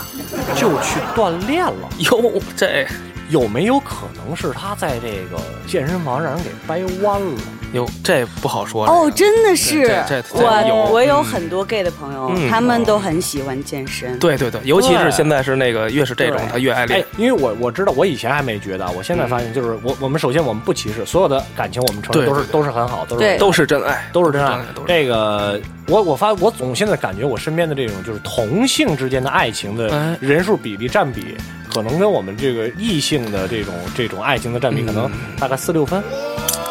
Speaker 4: 就去锻炼了。
Speaker 3: 哟，这
Speaker 4: 有没有可能是他在这个健身房让人给掰弯了？
Speaker 3: 哟这不好说。
Speaker 1: 哦，真的是
Speaker 3: 这这这有
Speaker 1: 我，我有
Speaker 3: 嗯
Speaker 1: 很多 gay 的朋友，
Speaker 3: 嗯
Speaker 1: 他们都很喜欢健身。
Speaker 3: 对对对，尤其是
Speaker 4: 对
Speaker 3: 现在是那个越是这种，
Speaker 4: 对
Speaker 3: 他越爱
Speaker 4: 哎
Speaker 3: 练。，
Speaker 4: 因为我我知道，我以前还没觉得啊，我现在发现就是我我们首先我们不歧视所有的感情，我们承认
Speaker 3: 对
Speaker 4: 都是
Speaker 3: 对对
Speaker 4: 都是很好，都是
Speaker 1: 对
Speaker 3: 都是真爱，
Speaker 4: 都是真爱
Speaker 3: 都是都。是
Speaker 4: 这个我我发我总现在感觉我身边的这种就是同性之间的爱情的
Speaker 3: 哎
Speaker 4: 人数比例占比，可能跟我们这个异性的这种这种爱情的占比，可能大概四六分，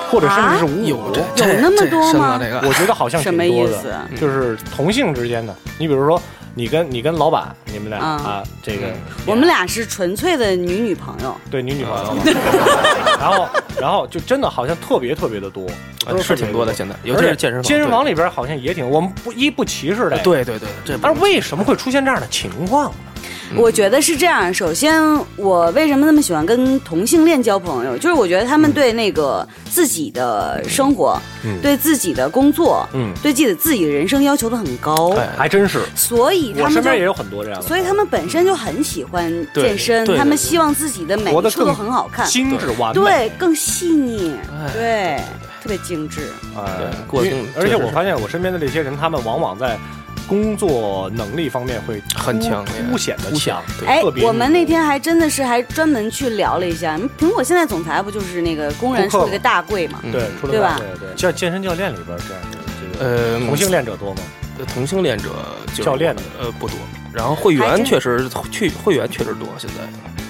Speaker 4: 或者甚至是五
Speaker 3: 嗯有
Speaker 4: 五
Speaker 3: 这。嗯
Speaker 1: 有那么
Speaker 3: 这这
Speaker 1: 多
Speaker 3: 深
Speaker 1: 吗
Speaker 3: 了这个
Speaker 4: 我觉得好像挺多
Speaker 1: 啊什
Speaker 4: 的
Speaker 1: 么，啊
Speaker 4: 就是同性之间的。你比如说，你跟你跟老板，你们俩
Speaker 1: 嗯
Speaker 4: 啊，这个
Speaker 1: 我们俩是纯粹的女女朋友，
Speaker 4: 对你女朋
Speaker 3: 啊
Speaker 4: 友，然后然后就真的好像特别特别的多，
Speaker 3: 啊是挺多的，现在尤
Speaker 4: 而
Speaker 3: 其
Speaker 4: 且
Speaker 3: 是健身房，
Speaker 4: 健身
Speaker 3: 对
Speaker 4: 房里边好像也挺，我们不一不歧视这个，
Speaker 3: 对对对，这
Speaker 4: 但是为什么会出现这样的情况呢？
Speaker 3: 嗯
Speaker 1: 我觉得是这样。首先，我为什么那么喜欢跟同性恋交朋友？就是我觉得他们对那个自己的生活、
Speaker 4: 嗯
Speaker 1: 对自己的工作、
Speaker 4: 嗯
Speaker 1: 对自己的自己的人生要求都很高，
Speaker 4: 还真是，
Speaker 1: 所以他
Speaker 4: 哎我
Speaker 1: 们
Speaker 4: 身边也
Speaker 1: 就。
Speaker 4: 有很多这样的，
Speaker 1: 所以他们本身就很喜欢
Speaker 3: 对
Speaker 1: 健身，
Speaker 3: 对对
Speaker 1: 他们
Speaker 3: 对
Speaker 1: 希望自己的每
Speaker 4: 活
Speaker 1: 一
Speaker 4: 得
Speaker 1: 处都
Speaker 4: 更
Speaker 1: 很好看，
Speaker 4: 精致完美，
Speaker 1: 对，更细腻，
Speaker 3: 哎
Speaker 1: 对，特别精致。
Speaker 4: 哎
Speaker 3: 对过得更
Speaker 4: 因为而且
Speaker 3: 确实
Speaker 4: 我
Speaker 3: 是
Speaker 4: 发现我身边的这些人，他们往往在工作能力方面会
Speaker 3: 很
Speaker 4: 突
Speaker 3: 强
Speaker 4: 凸显的
Speaker 3: 凸显
Speaker 4: 强，
Speaker 1: 哎
Speaker 4: 特，别
Speaker 1: 我们那天还真的是还专门去聊了一下，苹果现在总裁不就是那个工人
Speaker 4: 顾客
Speaker 1: 出了个大贵嘛？
Speaker 4: 对，除了
Speaker 1: 对吧
Speaker 4: 对嗯对，嗯像健身教练里边这样的这个
Speaker 3: 呃，
Speaker 4: 同性恋者多吗？
Speaker 3: 同性恋者就是
Speaker 4: 教练
Speaker 3: 呃不多，然后会
Speaker 1: 还
Speaker 3: 员
Speaker 1: 真
Speaker 3: 确实去会员确实多，现在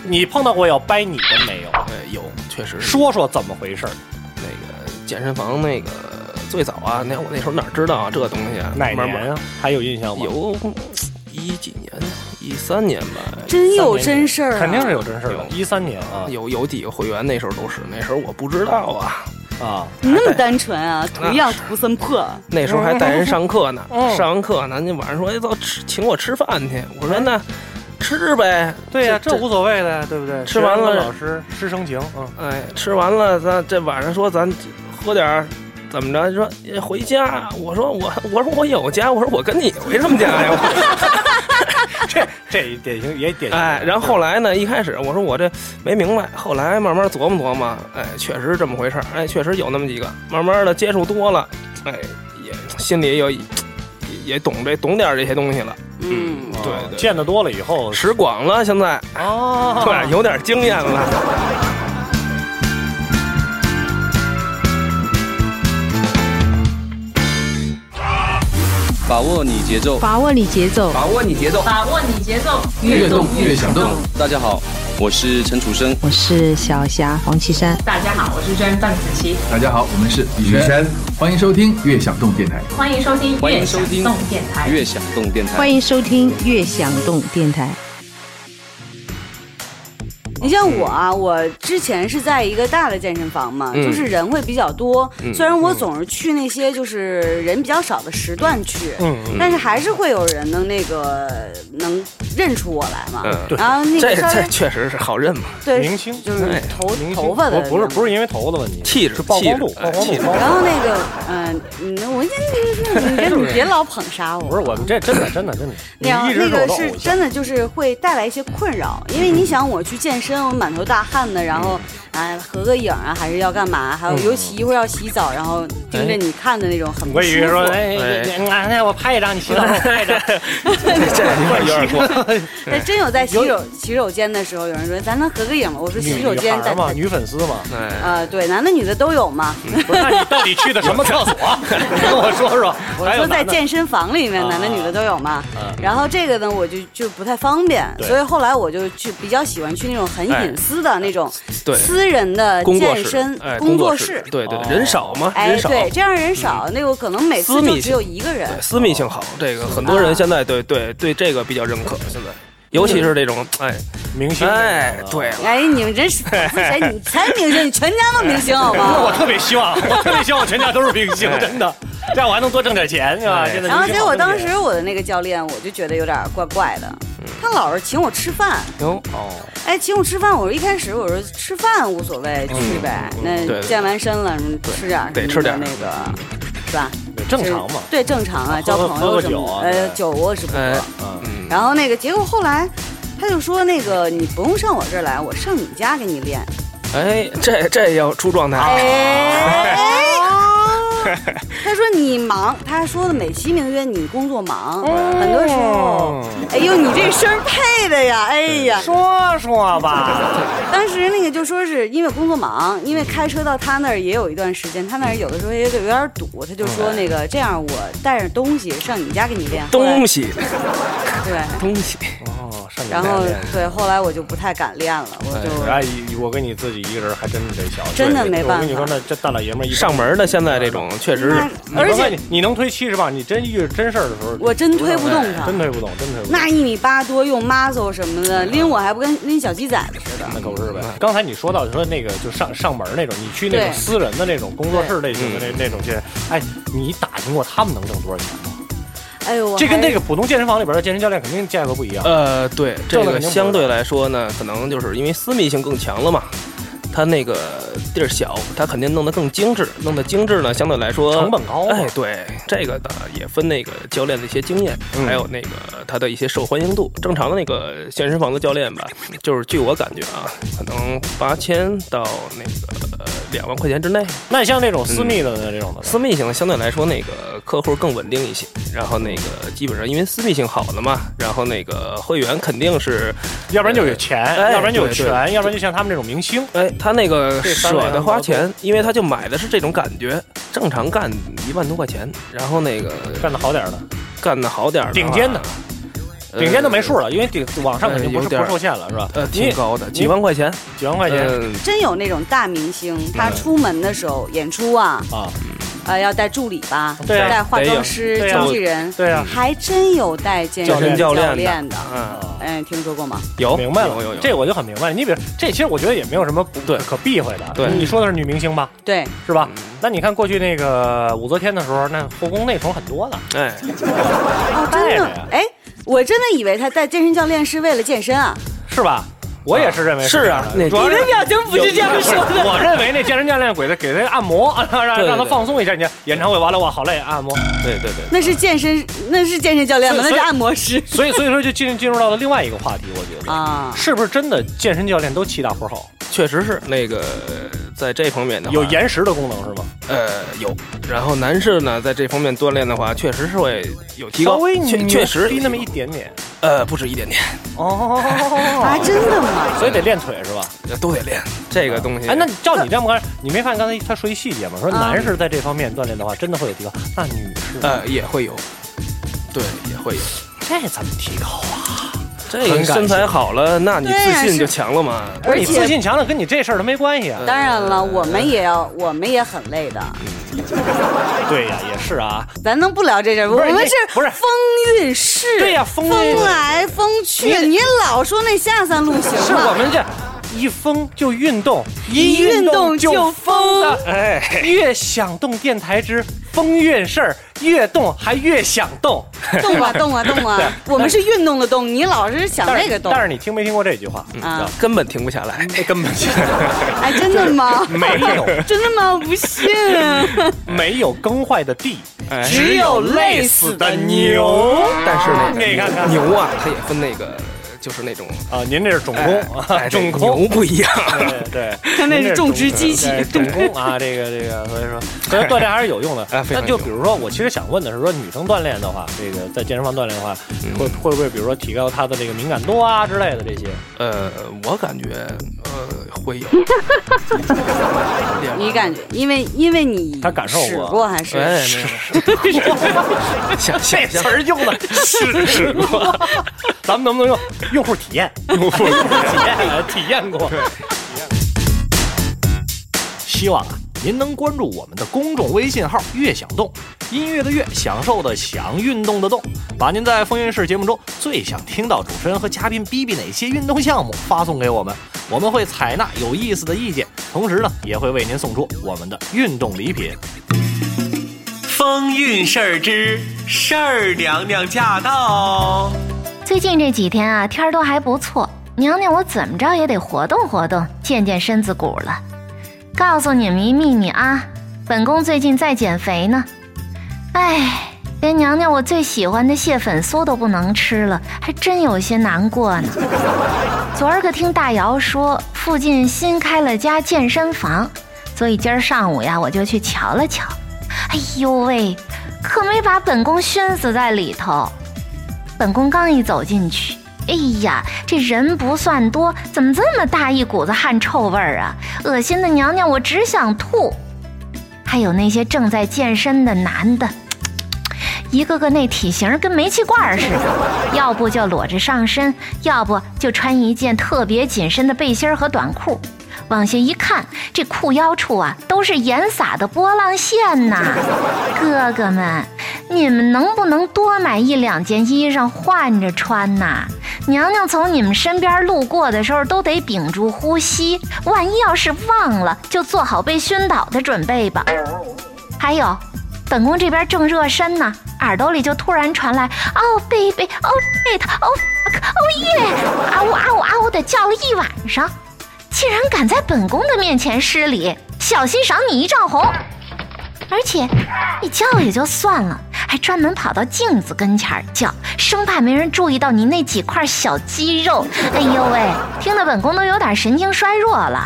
Speaker 4: 你碰到过要掰你的没有？
Speaker 3: 呃有确实是
Speaker 4: 说说怎么回事儿？
Speaker 3: 那个健身房那个最早啊，那我那时候哪知道啊这东西啊，
Speaker 4: 哪
Speaker 3: 慢慢
Speaker 4: 年啊？还有印象吗？，
Speaker 3: 有一几年一三年吧，
Speaker 1: 真有
Speaker 3: 三年
Speaker 1: 真事儿、啊，
Speaker 4: 肯定是有真事儿的。
Speaker 3: 有
Speaker 4: 一三年啊，
Speaker 3: 有有几个会员那时候都是，那时候我不知道啊，
Speaker 4: 啊，
Speaker 1: 你那么单纯啊，图样图森破，
Speaker 3: 那时候还带人上课呢，
Speaker 4: 嗯
Speaker 3: 上完课呢，人家晚上说，哎，走吃，请我吃饭去。我说那吃呗，
Speaker 4: 对呀、
Speaker 3: 这
Speaker 4: 这无所谓的，对不对？
Speaker 3: 吃完
Speaker 4: 学
Speaker 3: 了
Speaker 4: 生跟老师师生情，嗯，
Speaker 3: 哎，吃完了，咱这晚上说咱喝点儿，怎么着？说哎回家。我说我我说我有家，我说我跟你回什么家呀？
Speaker 4: 这这典型也典型。
Speaker 3: 哎，然后后来呢？一开始我说我这没明白，后来慢慢琢磨琢磨，哎，确实是这么回事儿，哎，确实有那么几个。慢慢的接触多了，哎，也心里有也也懂这懂点儿这些东西了，
Speaker 1: 嗯，
Speaker 4: 啊
Speaker 3: 对对
Speaker 4: 见得多了以后，
Speaker 3: 识广了，现在
Speaker 4: 哦
Speaker 3: 对，有点经验了。
Speaker 2: 把握你节奏，
Speaker 12: 把握你节奏，
Speaker 2: 把握你节奏，
Speaker 13: 把握你节奏，
Speaker 2: 越动越想动。大家好，我是陈楚生。
Speaker 12: 我是小霞黄绮珊。
Speaker 13: 大家好，我是主持人范子琪，
Speaker 14: 大家好，我们是雨轩，欢迎收听《悦享动电台》。
Speaker 13: 欢迎收听
Speaker 2: 欢迎收听
Speaker 13: 悦享动电台。
Speaker 2: 悦享动电台，
Speaker 12: 欢迎收听《悦享动电台》。
Speaker 1: 你像我啊，我之前是在一个大的健身房嘛，
Speaker 12: 嗯
Speaker 1: 就是人会比较多。
Speaker 12: 嗯
Speaker 1: 虽然我总是去那些就是人比较少的时段去，
Speaker 3: 嗯嗯
Speaker 1: 但是还是会有人能那个能认出我来嘛。
Speaker 4: 嗯
Speaker 3: 对，
Speaker 1: 然后那
Speaker 3: 这
Speaker 1: 个稍
Speaker 3: 这
Speaker 1: 微
Speaker 3: 确实是好认嘛，
Speaker 1: 对
Speaker 4: 明星
Speaker 1: 就是
Speaker 3: 哎
Speaker 1: 头头发的
Speaker 4: 不不是不是因为头发的问题，
Speaker 3: 气质
Speaker 4: 是曝光度，曝光
Speaker 3: 气质哎气
Speaker 4: 度。
Speaker 3: 质
Speaker 4: 曝光度
Speaker 1: 然后那个，嗯、你我你你别你别老捧杀我。
Speaker 4: 不是我们这真的真的真的，你
Speaker 1: 那
Speaker 4: 一直
Speaker 1: 那
Speaker 4: 是我
Speaker 1: 个
Speaker 4: 的
Speaker 1: 是
Speaker 4: 偶像。
Speaker 1: 真的，就是会带来一些困扰，因为你想，我去健身，我满头大汗的，然后哎合个影啊，还是要干嘛？还有，
Speaker 4: 嗯
Speaker 1: 尤其一会儿要洗澡，然后盯着你看的那种很不舒服。
Speaker 4: 哎，我拍一张，你洗澡，我拍一张。
Speaker 3: 这有点有点过。
Speaker 1: 但真有在洗手洗手间的时候，有人说咱能合个影吗？我说洗手间
Speaker 4: 女孩
Speaker 1: 咱
Speaker 4: 嘛，女粉丝嘛。
Speaker 1: 呃对，男的女的都有嘛。
Speaker 4: 不是，那你到底去的什么厕所？跟我说说。
Speaker 1: 我
Speaker 4: 还有
Speaker 1: 说在
Speaker 4: 男的
Speaker 1: 健身房里面，
Speaker 4: 啊
Speaker 1: 男的女的都有嘛
Speaker 4: 嗯。
Speaker 1: 然后这个呢，我就就不太方便，
Speaker 4: 对
Speaker 1: 所以后来我就去比较喜欢去那种很
Speaker 3: 哎
Speaker 1: 隐私的那种
Speaker 3: 对
Speaker 1: 私人的
Speaker 3: 工作
Speaker 1: 健
Speaker 3: 室
Speaker 1: 身，
Speaker 3: 哎，
Speaker 1: 工
Speaker 3: 作
Speaker 1: 作
Speaker 3: 室
Speaker 1: 室，。
Speaker 3: 对对，人少嘛，
Speaker 1: 哎，
Speaker 3: 人少，嗯
Speaker 1: 对，这样人少，那我可能每次
Speaker 3: 私密
Speaker 1: 就
Speaker 3: 性
Speaker 1: 只有一个人。
Speaker 3: 对私密性好，这个很多人现在对对对这个比较认可，现在尤其是这种哎
Speaker 4: 明星
Speaker 3: 哎对了，
Speaker 1: 哎，你们真 是，谁你才明星，你全家都明
Speaker 3: 哎
Speaker 1: 星，好不
Speaker 4: 我
Speaker 1: 好？
Speaker 4: 特别希望，我特别希望我全家都是明星，真的，这样我还能多挣点钱，是吧？
Speaker 3: 哎
Speaker 4: 现在
Speaker 1: 然后
Speaker 4: 明星
Speaker 1: 结
Speaker 4: 好
Speaker 1: 果
Speaker 4: 挣
Speaker 1: 当
Speaker 4: 钱
Speaker 1: 时我的那个教练，我就觉得有点怪怪的，
Speaker 3: 嗯
Speaker 1: 他老是请我吃饭，
Speaker 3: 哟
Speaker 1: 哎，请我吃饭，我一开始我说吃饭无所谓，去呗，
Speaker 4: 嗯
Speaker 1: 那
Speaker 3: 对
Speaker 1: 健完身了，什么吃点儿
Speaker 3: 得
Speaker 1: 什么
Speaker 3: 吃点儿
Speaker 1: 的那个，是吧？
Speaker 4: 正常嘛，
Speaker 1: 对，正常啊，交
Speaker 4: 喝
Speaker 1: 朋
Speaker 4: 喝
Speaker 1: 友
Speaker 4: 个
Speaker 1: 什么
Speaker 4: 酒啊
Speaker 1: 的，呃，
Speaker 4: 对
Speaker 1: 酒我是不
Speaker 3: 哎
Speaker 1: 喝。
Speaker 4: 嗯，
Speaker 1: 然后那个结果后来，他就说那个你不用上我这儿来，我上你家给你练。
Speaker 3: 哎，这这要出状
Speaker 4: 哦
Speaker 3: 态，
Speaker 1: 哎， 他说你忙，他还说的美其名曰你工作忙，
Speaker 4: 哦
Speaker 1: 很多时候，哎呦，你这声儿配的呀，哎呀，
Speaker 4: 说说吧，
Speaker 1: 当时那个就说是因为工作忙，因为开车到他那儿也有一段时间，他那儿有的时候也有点堵，他就说那个这样，我带着东西上你家给你练。后来
Speaker 3: 东西
Speaker 1: 对，
Speaker 3: 东西，
Speaker 4: 哦，上你
Speaker 1: 然后
Speaker 4: 家练
Speaker 1: 对，后来我就不太敢练了，我就
Speaker 4: 哎，我跟你自己一个人还真得小，
Speaker 1: 真的没办法
Speaker 4: 我跟你说，那这大老爷们儿一
Speaker 3: 上门的现在这种确实是，
Speaker 4: 你
Speaker 1: 而
Speaker 4: 甭看
Speaker 1: 且
Speaker 4: 你你能推七十磅，你真遇着真事儿的时候，哎
Speaker 1: 我真推不动他
Speaker 4: 真推不动，真推不动。
Speaker 1: 那一米八多用 muscle 什么的，拎我还不跟拎小鸡崽子似的。
Speaker 4: 那狗日呗！刚才你说到说那个就上上门那种，你去那种
Speaker 1: 对
Speaker 4: 私人的那种工作室类型的那那种去，哎，你打听过他们能挣多少钱吗？
Speaker 1: 哎呦，我
Speaker 4: 这跟
Speaker 1: 还
Speaker 4: 那个普通健身房里边的健身教练肯定价格不一样。
Speaker 3: 呃，对，这
Speaker 4: 挣得
Speaker 3: 个
Speaker 4: 肯定不
Speaker 3: 相对来说呢，可能就是因为私密性更强了嘛。它那个地儿小，它肯定弄得更精致，弄得精致呢，相对来说
Speaker 4: 成本高啊
Speaker 3: 哎，对，这个的也分那个教练的一些经验，
Speaker 4: 嗯
Speaker 3: 还有那个他的一些受欢迎度。正常的那个健身房的教练吧，就是据我感觉啊，可能八千到那个两万块钱之内，
Speaker 4: 那你像那种私密的那种的呢，
Speaker 3: 私密性相对来说，那个客户更稳定一些。然后那个基本上因为私密性好了嘛，然后那个会员肯定是，
Speaker 4: 要不然就有钱，
Speaker 3: 哎
Speaker 4: 要不然就有
Speaker 3: 对对
Speaker 4: 权，要不然就像他们这种明星。
Speaker 3: 哎，他那个
Speaker 4: 这三
Speaker 3: 舍
Speaker 4: 位啊
Speaker 3: 得花钱，因为他就买的是这种感觉。正常干一万多块钱，然后那个
Speaker 4: 干得好点儿的，
Speaker 3: 干的好点儿话
Speaker 4: 顶尖的，
Speaker 3: 呃
Speaker 4: 顶尖都没数了，因为顶网上肯定不
Speaker 3: 有
Speaker 4: 是
Speaker 3: 点儿
Speaker 4: 不受限了，是吧？
Speaker 3: 呃，挺高的，
Speaker 4: 你
Speaker 3: 几万块钱，
Speaker 4: 几万块钱
Speaker 3: 嗯
Speaker 1: 真有那种大明星，他出门的时候演出啊，
Speaker 4: 啊，
Speaker 1: 呃要带助理吧，
Speaker 3: 对啊
Speaker 1: 带化妆师、
Speaker 3: 得有
Speaker 1: 经纪人，
Speaker 3: 对啊
Speaker 1: 还真有带健
Speaker 3: 健
Speaker 1: 身
Speaker 3: 身教练的
Speaker 1: 练的，
Speaker 3: 嗯，
Speaker 1: 哎，听说过吗？
Speaker 3: 有
Speaker 4: 啊哦明白了，
Speaker 3: 有有有
Speaker 4: 这我就很明白了。你比如这，其实我觉得也没有什么不对可避讳的。
Speaker 3: 对嗯
Speaker 4: 你说的是女明星吧，
Speaker 1: 对，
Speaker 4: 是吧？那你看过去那个武则天的时候，那后宫内宠很多的。
Speaker 3: 哎，
Speaker 1: 哦，真的，哎，我真的以为他带健身教练是为了健身啊，
Speaker 4: 是吧？我也是认为
Speaker 3: 是啊
Speaker 4: 这样
Speaker 3: 那
Speaker 4: 主要
Speaker 1: 你
Speaker 4: 是
Speaker 1: 的表情不是这样说
Speaker 4: 不是
Speaker 1: 的，
Speaker 4: 我认为那健身教练给他给他按摩， 让让
Speaker 3: 对对
Speaker 4: 让他
Speaker 3: 对
Speaker 4: 放松一下。你看演唱会完了，我好累，按摩。
Speaker 3: 对对对，
Speaker 1: 那是健身，那是健身教练吗？
Speaker 4: 所
Speaker 1: 那
Speaker 4: 以
Speaker 1: 是按摩 师
Speaker 4: 所以所以说就进进入到了另外一个话题，我觉得
Speaker 1: 啊。
Speaker 4: 是不是真的健身教练都七大活好，
Speaker 3: 确实是那个在这方面的话
Speaker 4: 有延时的功能是吗？
Speaker 3: 呃有，然后男士呢在这方面锻炼的话，确实是会有提
Speaker 4: 稍
Speaker 3: 高
Speaker 4: 微，
Speaker 3: 确
Speaker 4: 你
Speaker 3: 确实
Speaker 4: 低
Speaker 3: 有
Speaker 4: 那么
Speaker 3: 提
Speaker 4: 一点点
Speaker 3: 高呃不止一点点，
Speaker 1: 啊，
Speaker 4: 哦，
Speaker 1: 真的吗？
Speaker 4: 所以得练腿是吧？
Speaker 3: 都得练这个东西。
Speaker 4: 啊哎，那照你这么看，你没看刚才他说一细节吗？说男士在这方面锻炼的话，真的会有提高。那女士呢
Speaker 3: 呃也会有，对也会有。
Speaker 4: 这怎么提高啊？
Speaker 3: 这
Speaker 4: 很
Speaker 3: 个
Speaker 4: 感
Speaker 3: 身
Speaker 4: 谢
Speaker 3: 材好了，那你
Speaker 1: 对呀
Speaker 3: 自信
Speaker 1: 是
Speaker 3: 就强了嘛。
Speaker 1: 而
Speaker 4: 你
Speaker 1: 且
Speaker 4: 自信强了，跟你这事儿它没关系啊。
Speaker 1: 当然了，我们也要，我们也很累的。
Speaker 4: 对呀、也是啊。
Speaker 1: 咱能不聊这事儿？我
Speaker 4: 不是
Speaker 1: 们
Speaker 4: 你
Speaker 1: 是
Speaker 4: 不是
Speaker 1: 风韵事，
Speaker 4: 对呀
Speaker 1: 风
Speaker 4: 风韵
Speaker 1: 来风去，
Speaker 4: 你
Speaker 1: 你老说那下三路行吗？
Speaker 4: 是我们这一疯就运动，
Speaker 1: 一运动就
Speaker 4: 疯
Speaker 1: 疯。
Speaker 3: 哎，
Speaker 4: 越想动电台之风韵事儿，越动还越想动。
Speaker 1: 动啊动 啊动啊！我们是运动的动，你老是想
Speaker 4: 但
Speaker 1: 那
Speaker 4: 是
Speaker 1: 个动
Speaker 4: 但是你听没听过这句话？
Speaker 1: 啊？
Speaker 3: 根本停不下来，根本停不下来。
Speaker 1: 哎，真的吗？
Speaker 4: 没有，
Speaker 1: 真的吗？我不 信。
Speaker 4: 没有耕坏的地，
Speaker 3: 哎
Speaker 1: 只有累死的牛。
Speaker 3: 但是那 个
Speaker 4: 你看看
Speaker 3: 牛啊，它也分那个，就是那种
Speaker 4: 啊，您这是种
Speaker 3: 哎
Speaker 4: 工，
Speaker 3: 哎
Speaker 4: 啊，种
Speaker 3: 这牛
Speaker 4: 工。
Speaker 3: 不一样。
Speaker 4: 对对，
Speaker 1: 他那
Speaker 4: 您这
Speaker 1: 是种植机器
Speaker 4: 对种工啊，这个这个，所以说，所以锻炼还是有用的。
Speaker 3: 哎非
Speaker 4: 那
Speaker 3: 常
Speaker 4: 就
Speaker 3: 有用
Speaker 4: 比如说，我其实想问的是，说女生锻炼的话，这个在健身房锻炼的话，会会不会比如说提高她的这个敏感度啊之类的这些？
Speaker 3: 呃，我感觉呃会有。
Speaker 1: 你感觉，因为因为你
Speaker 4: 他感受过
Speaker 1: 使过还是？
Speaker 3: 哎， 没有没有，想想
Speaker 4: 词儿用的是 是过，咱们能不能用用户体验？ 用户体
Speaker 10: 啊
Speaker 4: 验体验过，
Speaker 10: 希望啊，您能关注我们的公众微信号“悦享动”，音乐的乐，享受的享，运动的动，把您在风云室节目中最想听到主持人和嘉宾比比哪些运动项目发送给我们，我们会采纳有意思的意见，同时呢，也会为您送出我们的运动礼品。
Speaker 15: 风韵事儿之事儿娘娘驾到。
Speaker 13: 最近这几天啊，天儿都还不错，娘娘我怎么着也得活动活动，健健身子骨了。告诉你们一秘密啊，本宫最近在减肥呢。哎，连娘娘我最喜欢的蟹粉酥都不能吃了，还真有些难过呢。 昨儿个听大姚说，附近新开了家健身房，所以今儿上午呀，我就去瞧了瞧。哎呦喂，可没把本宫熏死在里头。本宫刚一走进去，哎呀，这人不算多，怎么这么大一股子汗臭味儿啊？恶心的娘娘我只想吐。还有那些正在健身的男的，嘖嘖嘖一个个那体型跟煤气罐儿似的，要不就裸着上身，要不就穿一件特别紧身的背心儿和短裤。往下一看，这裤腰处啊都是盐撒的波浪线呐！哥哥们，你们能不能多买一两件衣裳换着穿呐？娘娘从你们身边路过的时候都得屏住呼吸，万一要是忘了，就做好被熏倒的准备吧。还有，本宫这边正热身呢，耳朵里就突然传来“哦，baby，哦，shit，哦，fuck，哦耶”，啊呜啊呜啊呜的叫了一晚上，竟然敢在本宫的面前失礼，小心赏你一丈红！而且你叫也就算了，还专门跑到镜子跟前儿叫，生怕没人注意到你那几块小肌肉。哎呦喂，听得本宫都有点神经衰弱了。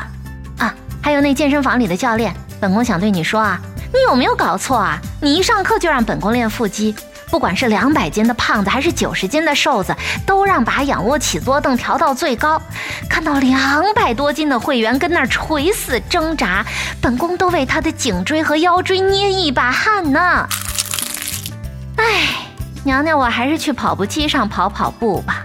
Speaker 13: 啊，还有那健身房里的教练，本宫想对你说啊，你有没有搞错啊？你一上课就让本宫练腹肌，不管是两百斤的胖子还是九十斤的瘦子，都让把仰卧起坐凳调到最高。看到两百多斤的会员跟那儿垂死挣扎，本宫都为他的颈椎和腰椎捏一把汗呢。唉，娘娘，我还是去跑步机上跑跑步吧。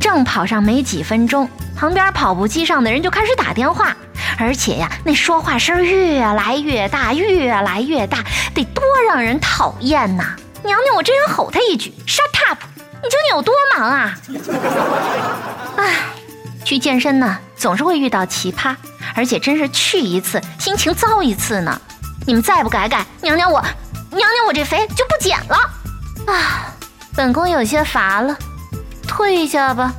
Speaker 13: 正跑上没几分钟，旁边跑步机上的人就开始打电话，而且呀，那说话声越来越大，越来越大，得多让人讨厌呐！娘娘，我真想吼他一句 “shut up”，你究竟有多忙啊？ 唉，去健身呢，总是会遇到奇葩，而且真是去一次心情糟一次呢。你们再不改改，娘娘我，娘娘我这肥就不减了啊！本宫有些乏了，退下吧。